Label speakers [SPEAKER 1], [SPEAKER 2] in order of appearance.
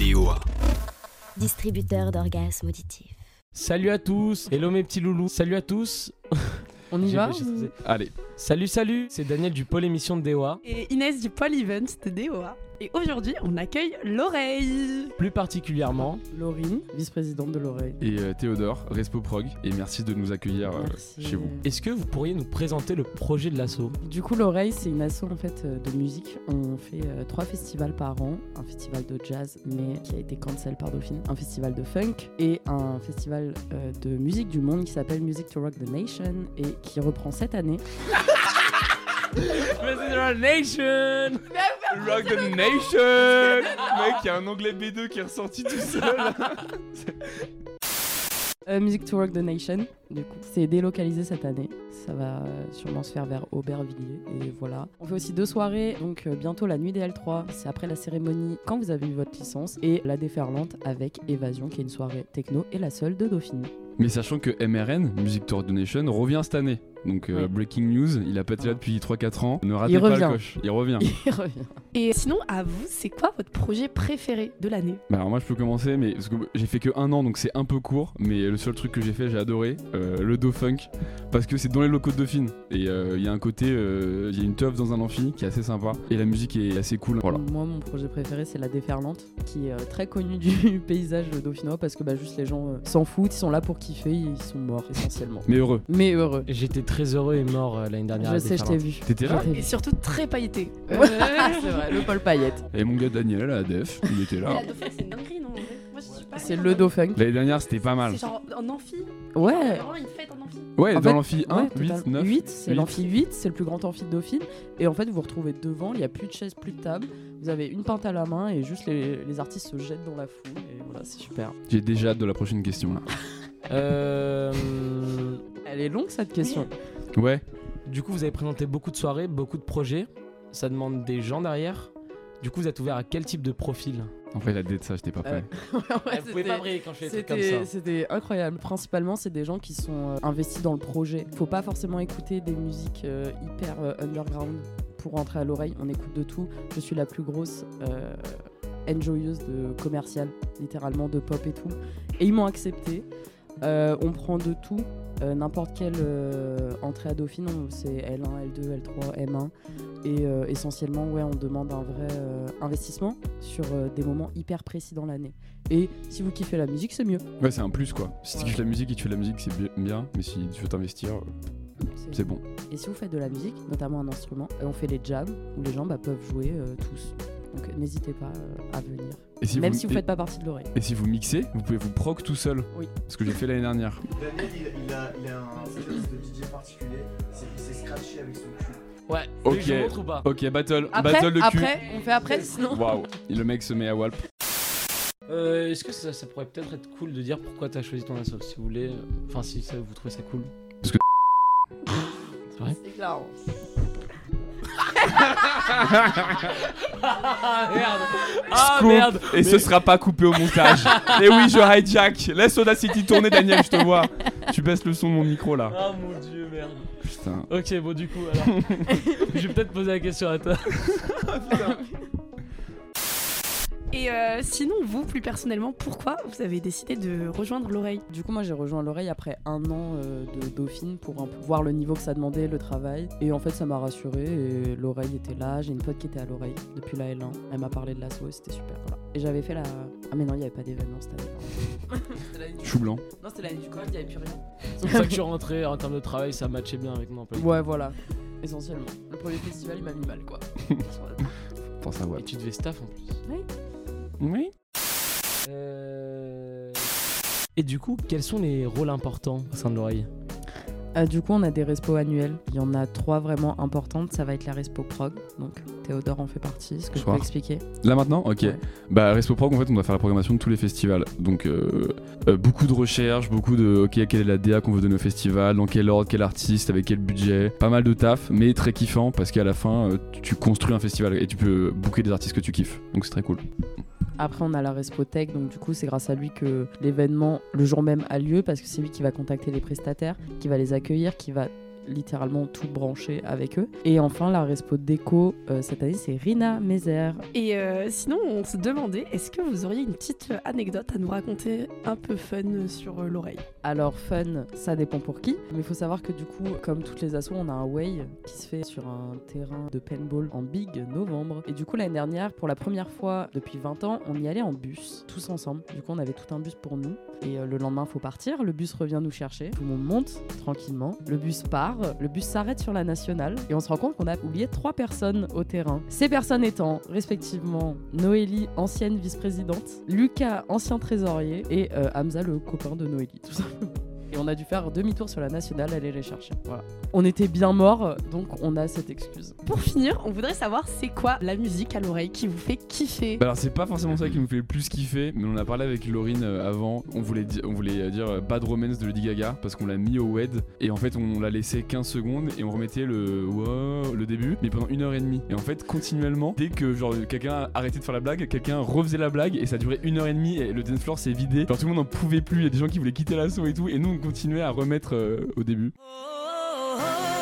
[SPEAKER 1] DOA.
[SPEAKER 2] Distributeur d'orgasmes auditifs.
[SPEAKER 3] Salut à tous, hello mes petits loulous, salut à tous.
[SPEAKER 4] On y
[SPEAKER 3] J'ai-
[SPEAKER 4] va
[SPEAKER 3] j'ai-
[SPEAKER 4] ou-
[SPEAKER 3] Allez, salut salut, c'est Daniel du pôle émission de DOA.
[SPEAKER 4] Et Inès du Poil Event de DOA. Et aujourd'hui, on accueille l'oreille.
[SPEAKER 3] Plus particulièrement,
[SPEAKER 4] Laurine, vice-présidente de l'oreille.
[SPEAKER 5] et euh, Théodore, Respo Prog, et merci de nous accueillir euh,
[SPEAKER 4] Merci.
[SPEAKER 5] chez vous.
[SPEAKER 3] est-ce que vous pourriez nous présenter le projet de l'assaut
[SPEAKER 4] Du coup, l'oreille, c'est une asso en fait euh, de musique. On fait euh, trois festivals par an, un festival de jazz mais qui a été cancel par Dauphine, un festival de funk et un festival euh, de musique du monde qui s'appelle Music to Rock the Nation et qui reprend cette année.
[SPEAKER 3] Nation
[SPEAKER 5] Rock the Nation Mec, il y a un anglais B2 qui est ressorti tout seul
[SPEAKER 4] Euh, Music to Rock the Nation, du coup, c'est délocalisé cette année. Ça va euh, sûrement se faire vers Aubervilliers. Et voilà. On fait aussi deux soirées, donc euh, bientôt la nuit des L3. C'est après la cérémonie, quand vous avez eu votre licence, et la déferlante avec Évasion, qui est une soirée techno et la seule de Dauphine.
[SPEAKER 5] Mais sachant que MRN, Music Tour the Nation, revient cette année. Donc euh,
[SPEAKER 4] Oui.
[SPEAKER 5] breaking news, il a pas été là depuis 3-4 ans. Ne ratez
[SPEAKER 4] Il
[SPEAKER 5] pas
[SPEAKER 4] revient.
[SPEAKER 5] le coche, il revient.
[SPEAKER 4] Il revient.
[SPEAKER 6] Et sinon, à vous, c'est quoi votre projet préféré de l'année
[SPEAKER 5] Bah alors moi je peux commencer, mais parce que j'ai fait que un an donc c'est un peu court, mais le seul truc que j'ai fait j'ai adoré, euh, le Do Funk, parce que c'est dans les locaux de Dauphine. Et euh, il y a un côté, euh, il y a une teuf dans un amphi qui est assez sympa, et la musique est assez cool. Voilà.
[SPEAKER 4] Moi, mon projet préféré, c'est la déferlante, qui est euh, très connue du paysage dauphinois, parce que bah, juste les gens euh, s'en foutent, ils sont là pour kiffer, ils sont morts essentiellement.
[SPEAKER 5] Mais Ah, heureux.
[SPEAKER 4] Mais heureux.
[SPEAKER 3] J'étais très heureux et mort euh, l'année dernière. à
[SPEAKER 4] Je sais, je t'ai
[SPEAKER 3] Déferlante.
[SPEAKER 4] vu.
[SPEAKER 5] T'étais là
[SPEAKER 4] Je t'ai
[SPEAKER 6] Et
[SPEAKER 4] vu.
[SPEAKER 6] surtout très pailleté.
[SPEAKER 4] C'est vrai, le Paul Paillette.
[SPEAKER 5] Et mon gars Daniel à Def, il était là.
[SPEAKER 6] c'est une dinguerie, non Moi, je suis pas.
[SPEAKER 4] Ah. C'est le Dauphin.
[SPEAKER 5] L'année dernière c'était pas mal.
[SPEAKER 6] C'est genre en amphi.
[SPEAKER 4] Ouais.
[SPEAKER 6] Vraiment une fête en amphi.
[SPEAKER 5] Ouais,
[SPEAKER 4] En
[SPEAKER 5] dans
[SPEAKER 4] fait,
[SPEAKER 5] l'amphi 1,
[SPEAKER 4] Ouais,
[SPEAKER 5] 8,
[SPEAKER 4] total.
[SPEAKER 5] 9.
[SPEAKER 4] 8, c'est
[SPEAKER 5] huit.
[SPEAKER 4] l'amphi 8, c'est le plus grand amphi de Dauphine. Et en fait, vous vous retrouvez devant, il n'y a plus de chaises, plus de tables. Vous avez une pinte à la main et juste les, les artistes se jettent dans la foule. Et voilà, c'est super.
[SPEAKER 5] J'ai déjà hâte de la prochaine question là.
[SPEAKER 3] Euh,
[SPEAKER 4] Elle est longue cette question.
[SPEAKER 5] Ouais.
[SPEAKER 3] du coup, vous avez présenté beaucoup de soirées, beaucoup de projets. Ça demande des gens derrière. Du coup, vous êtes ouvert à quel type de profil
[SPEAKER 5] En fait la dette ça j'étais pas prêt.
[SPEAKER 4] Ouais,
[SPEAKER 3] Eh, Vous pouvez
[SPEAKER 4] c'était-
[SPEAKER 3] pas briller quand je fais des trucs comme
[SPEAKER 4] C'était
[SPEAKER 3] ça.
[SPEAKER 4] c'était incroyable. Principalement, c'est des gens qui sont euh, investis dans le projet. Faut pas forcément écouter des musiques euh, hyper euh, underground pour rentrer à l'oreille. On écoute de tout. Je suis la plus grosse euh, enjoyeuse de commercial, littéralement de pop et tout. Et ils m'ont accepté. Euh, on prend de tout. Euh, N'importe quelle euh, entrée à Dauphine, on- c'est L1, L2, L3, M1. Et euh, essentiellement, ouais, on demande un vrai euh, investissement sur euh, des moments hyper précis dans l'année. Et si vous kiffez la musique, c'est mieux.
[SPEAKER 5] Ouais c'est un plus quoi. Si tu
[SPEAKER 4] Ouais.
[SPEAKER 5] kiffes la musique et tu fais de la musique c'est bi- bien, mais si tu veux t'investir c'est bon.
[SPEAKER 4] Et si vous faites de la musique, notamment un instrument, euh, on fait les jams où les gens bah, peuvent jouer euh, tous. Donc euh, n'hésitez pas euh, à venir.
[SPEAKER 5] Et si
[SPEAKER 4] Même
[SPEAKER 5] vous-
[SPEAKER 4] si vous
[SPEAKER 5] et- Bah,
[SPEAKER 4] faites pas partie de l'oreille.
[SPEAKER 5] Et si vous mixez, vous pouvez vous proc tout seul.
[SPEAKER 4] Oui.
[SPEAKER 5] Ce que j'ai fait l'année dernière.
[SPEAKER 7] Daniel, il, il a, il a un service de DJ particulier, c'est qu'il s'est scratché avec son cul.
[SPEAKER 3] Ouais,
[SPEAKER 5] Ok.
[SPEAKER 3] ok. Je vous montre ou pas
[SPEAKER 5] Ok, battle. battle de cul.
[SPEAKER 6] après, on fait après, sinon.
[SPEAKER 5] Waouh. Et Le mec se met à walp.
[SPEAKER 3] Euh, Est-ce que ça, ça pourrait peut-être être cool de dire pourquoi t'as choisi ton assaut si vous voulez euh, Enfin, si ça, vous trouvez ça cool.
[SPEAKER 5] Parce que-
[SPEAKER 3] C'est vrai
[SPEAKER 6] C'est clair.
[SPEAKER 3] Ah merde
[SPEAKER 5] Scoop. Et ce sera pas coupé au montage. et oui, je hijack. Laisse Audacity tourner, Daniel, je te vois. Tu baisses le son de mon micro là.
[SPEAKER 3] Ah mon dieu, merde
[SPEAKER 5] Putain.
[SPEAKER 3] Ok, bon, du coup, alors. je vais peut-être poser la question à toi.
[SPEAKER 6] Et euh, sinon, vous, plus personnellement, pourquoi vous avez décidé de rejoindre l'oreille
[SPEAKER 4] Du coup, moi j'ai rejoint l'oreille après un an euh, de Dauphine pour un peu voir le niveau que ça demandait, le travail. Et en fait, ça m'a rassuré. Et l'oreille était là. J'ai une pote qui était à l'oreille depuis la L1. Elle m'a parlé de la sauce, c'était super. Voilà. Et j'avais fait la. Ah, mais non, il n'y avait pas d'événement cette année.
[SPEAKER 5] Chou blanc.
[SPEAKER 4] Non, c'était l'année du Covid, il n'y avait plus rien.
[SPEAKER 3] C'est pour ça que je suis rentré en termes de travail, ça matchait bien avec mon emploi.
[SPEAKER 4] Ouais, voilà. Essentiellement. Le premier festival, il m'a mis mal, quoi.
[SPEAKER 5] Pense à
[SPEAKER 3] Et
[SPEAKER 5] walp.
[SPEAKER 3] tu devais staff en plus.
[SPEAKER 5] Oui.
[SPEAKER 3] Euh... Et du coup, quels sont les rôles importants au sein de l'oreille
[SPEAKER 4] Euh, du coup, on a des respos annuels. Il y en a trois vraiment importantes. Ça va être la respo prog. Donc, Théodore en fait partie, ce que
[SPEAKER 5] Bonsoir.
[SPEAKER 4] je peux expliquer.
[SPEAKER 5] Là maintenant, ok.
[SPEAKER 4] Ouais.
[SPEAKER 5] Bah Respo Prog, en fait, on doit faire la programmation de tous les festivals. Donc euh, euh, beaucoup de recherches, beaucoup de ok, quelle est la DA qu'on veut donner au festival, dans quel ordre, quel artiste, avec quel budget. Pas mal de taf, mais très kiffant parce qu'à la fin, euh, tu construis un festival et tu peux booker des artistes que tu kiffes. Donc c'est très cool.
[SPEAKER 4] Après, on a la respo tech. Donc, du coup, c'est grâce à lui que l'événement, le jour même, a lieu parce que c'est lui qui va contacter les prestataires, qui va les accueillir, qui va littéralement tout branché avec eux. Et enfin, la respo déco euh, cette année, c'est Rina Mézère.
[SPEAKER 6] Et euh, sinon, on se demandait, est-ce que vous auriez une petite euh, anecdote à nous raconter un peu fun sur euh, l'oreille
[SPEAKER 4] Alors, fun, ça dépend pour qui. Mais il faut savoir que du coup, comme toutes les assos, on a un way qui se fait sur un terrain de paintball en big novembre. Et du coup, l'année dernière, pour la première fois depuis 20 ans, on y allait en bus, tous ensemble. Du coup, on avait tout un bus pour nous. Et euh, le lendemain, faut partir. Le bus revient nous chercher. Tout le monde monte tranquillement. Le bus part. Le bus s'arrête sur la nationale. Et on se rend compte qu'on a oublié trois personnes au terrain. Ces personnes étant, respectivement, Noélie, ancienne vice-présidente, Lucas, ancien trésorier, et euh, Hamza, le copain de Noélie, tout simplement. Et on a dû faire demi-tour sur la nationale, aller les chercher. Voilà. On était bien morts, donc on a cette excuse.
[SPEAKER 6] Pour finir, on voudrait savoir c'est quoi la musique à l'oreille qui vous fait kiffer
[SPEAKER 5] Bah alors c'est pas forcément ça qui nous fait le plus kiffer, mais on a parlé avec Laurine euh, avant, on voulait, di- on voulait euh, dire euh, Bad Romance de Lady Gaga parce qu'on l'a mis au WED et en fait on l'a laissé 15 secondes et on remettait le wow, le début mais pendant une heure et demie. Et en fait continuellement, dès que genre quelqu'un arrêtait de faire la blague, quelqu'un refaisait la blague et ça durait une heure et demie et le dance floor s'est vidé. Genre tout le monde n'en pouvait plus, il y a des gens qui voulaient quitter l'assaut et tout et nous on continuait à remettre euh, au début.
[SPEAKER 1] Oh, oh, oh,